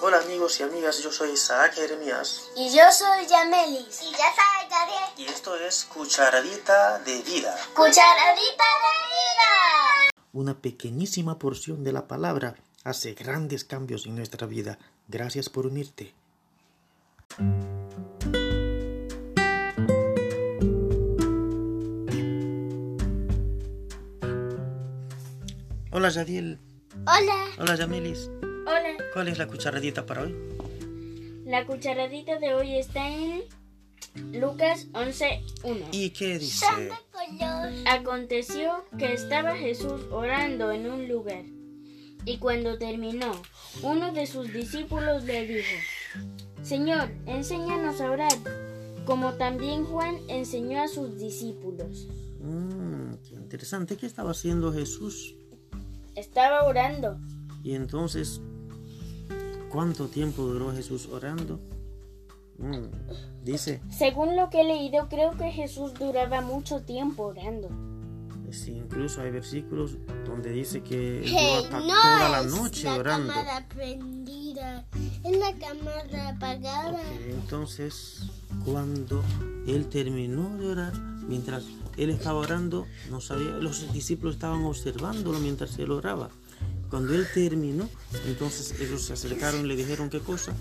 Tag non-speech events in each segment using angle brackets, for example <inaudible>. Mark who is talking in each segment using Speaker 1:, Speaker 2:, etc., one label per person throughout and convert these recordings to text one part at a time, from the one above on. Speaker 1: Hola amigos y amigas, yo soy Isaac Jeremías
Speaker 2: Y yo soy Yamelis.
Speaker 3: Y ya sabes, David,
Speaker 1: y esto es Cucharadita de Vida.
Speaker 2: Cucharadita de
Speaker 1: Una pequeñísima porción de la palabra hace grandes cambios en nuestra vida. Gracias por unirte. Hola Yadiel,
Speaker 2: vida. Hola.
Speaker 1: hola Yamelis.
Speaker 2: Hola.
Speaker 1: ¿Cuál es la cucharadita para hoy?
Speaker 2: La cucharadita de hoy está en Lucas 11.1.
Speaker 1: ¿Y qué dice?
Speaker 3: son de color.
Speaker 2: Aconteció que estaba Jesús orando en un lugar. Y cuando terminó, uno de sus discípulos le dijo, Señor, enséñanos a orar, como también Juan enseñó a sus discípulos.
Speaker 1: Mm, qué interesante. ¿Qué estaba haciendo Jesús?
Speaker 2: Estaba orando
Speaker 1: Y entonces, ¿cuánto tiempo duró Jesús orando? Mm, dice,
Speaker 2: Según lo que he leído, creo que Jesús duraba mucho tiempo orando.
Speaker 1: sí, incluso hay versículos donde dice que él duró
Speaker 3: Que
Speaker 1: hasta
Speaker 3: Eh, no
Speaker 1: toda la
Speaker 3: es
Speaker 1: noche
Speaker 3: la
Speaker 1: orando.
Speaker 3: cámara prendida, es la cámara apagada.
Speaker 1: Ok, entonces, cuando él terminó de orar, mientras él estaba orando, no sabía, los discípulos estaban observándolo mientras él oraba. Cuando él terminó, entonces ellos se acercaron y le dijeron qué cosa.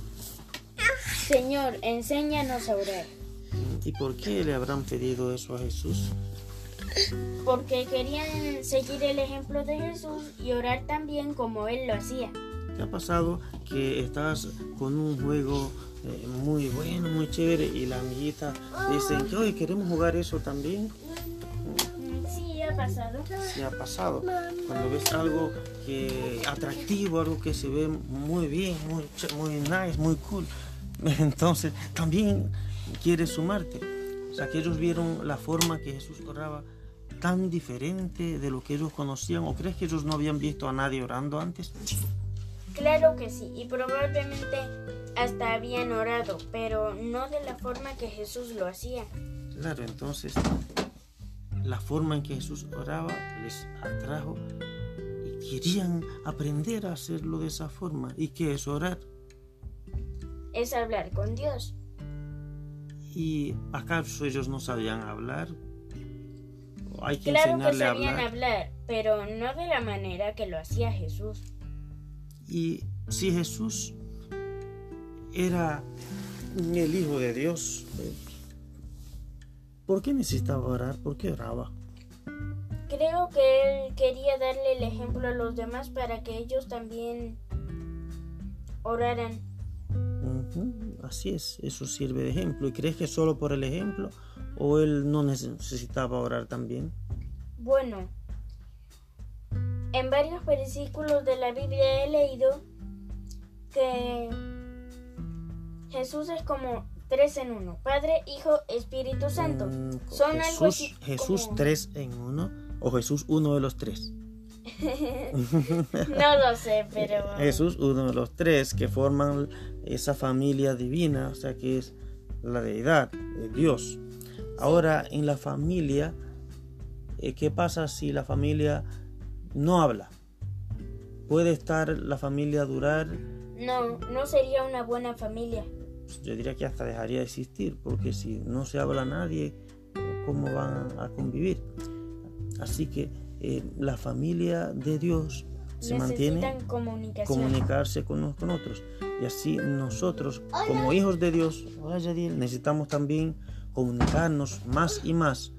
Speaker 2: Señor, enséñanos a orar,
Speaker 1: ¿Y por qué le habrán pedido eso a Jesús?
Speaker 2: porque querían seguir el ejemplo de Jesús y orar también como él lo hacía.
Speaker 1: ¿Te ha pasado que estás con un juego eh, muy bueno, muy chévere y la amiguita dicen que hoy queremos jugar eso también?
Speaker 2: Sí, ha pasado.
Speaker 1: Sí ha pasado. Cuando ves algo que atractivo, algo que se ve muy bien, muy, ch- muy nice, muy cool, <laughs> entonces también quieres sumarte. O sea, que ellos vieron la forma que Jesús oraba tan diferente de lo que ellos conocían. ¿O crees que ellos no habían visto a nadie orando antes?
Speaker 2: Claro que sí, y probablemente hasta habían orado, pero no de la forma que Jesús lo hacía.
Speaker 1: Claro, entonces la forma en que Jesús oraba les atrajo y querían aprender a hacerlo de esa forma. ¿Y qué es orar?
Speaker 2: Es hablar con Dios.
Speaker 1: ¿Y acaso ellos no sabían hablar? ¿O Hay que
Speaker 2: Claro que
Speaker 1: enseñarle a
Speaker 2: sabían
Speaker 1: hablar.
Speaker 2: hablar, pero no de la manera que lo hacía Jesús.
Speaker 1: Y si Jesús era el Hijo de Dios, eh, ¿por qué necesitaba orar? ¿Por qué oraba?
Speaker 2: Creo que él quería darle el ejemplo a los demás para que ellos también oraran.
Speaker 1: Ujú, Así es, eso sirve de ejemplo. ¿Y crees que solo por el ejemplo o él no necesitaba orar también?
Speaker 2: Bueno, en varios versículos de la Biblia he leído que Jesús es como tres en uno, Padre, Hijo, Espíritu Santo.
Speaker 1: Mm, co-
Speaker 2: Son
Speaker 1: Jesús,
Speaker 2: algo así
Speaker 1: Jesús
Speaker 2: como-
Speaker 1: tres en uno o Jesús uno de los tres.
Speaker 2: No lo sé, pero
Speaker 1: <laughs>
Speaker 2: ah.
Speaker 1: Jesús uno de los tres que forman esa familia divina, o sea que es la deidad, eh, Dios. Ahora en la familia, eh, ¿qué pasa si la familia no habla? ¿Puede estar la familia durar
Speaker 2: no, no sería una buena familia.
Speaker 1: pues, yo diría que hasta dejaría de existir, porque si no se habla a nadie, ¿cómo van a convivir? Así que eh, la familia de Dios se mantiene
Speaker 2: Necesitan comunicación.
Speaker 1: comunicarse con unos con otros. Y así nosotros, como hijos de Dios, hola, Yadiel, necesitamos también comunicarnos más y más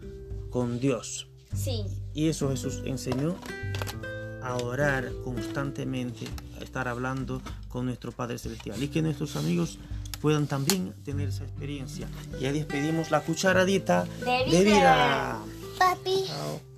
Speaker 1: con Dios.
Speaker 2: sí,
Speaker 1: Y eso Jesús enseñó a orar constantemente, a estar hablando con nuestro Padre Celestial y que nuestros amigos puedan también tener esa experiencia. Ya despedimos la cucharadita
Speaker 2: De
Speaker 1: De
Speaker 2: vida.
Speaker 1: vida.
Speaker 3: Papi.
Speaker 1: Chao.